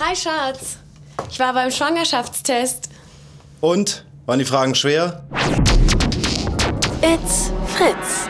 Hi Schatz. Ich war beim Schwangerschaftstest. Und? Waren die Fragen schwer? It's Fritz.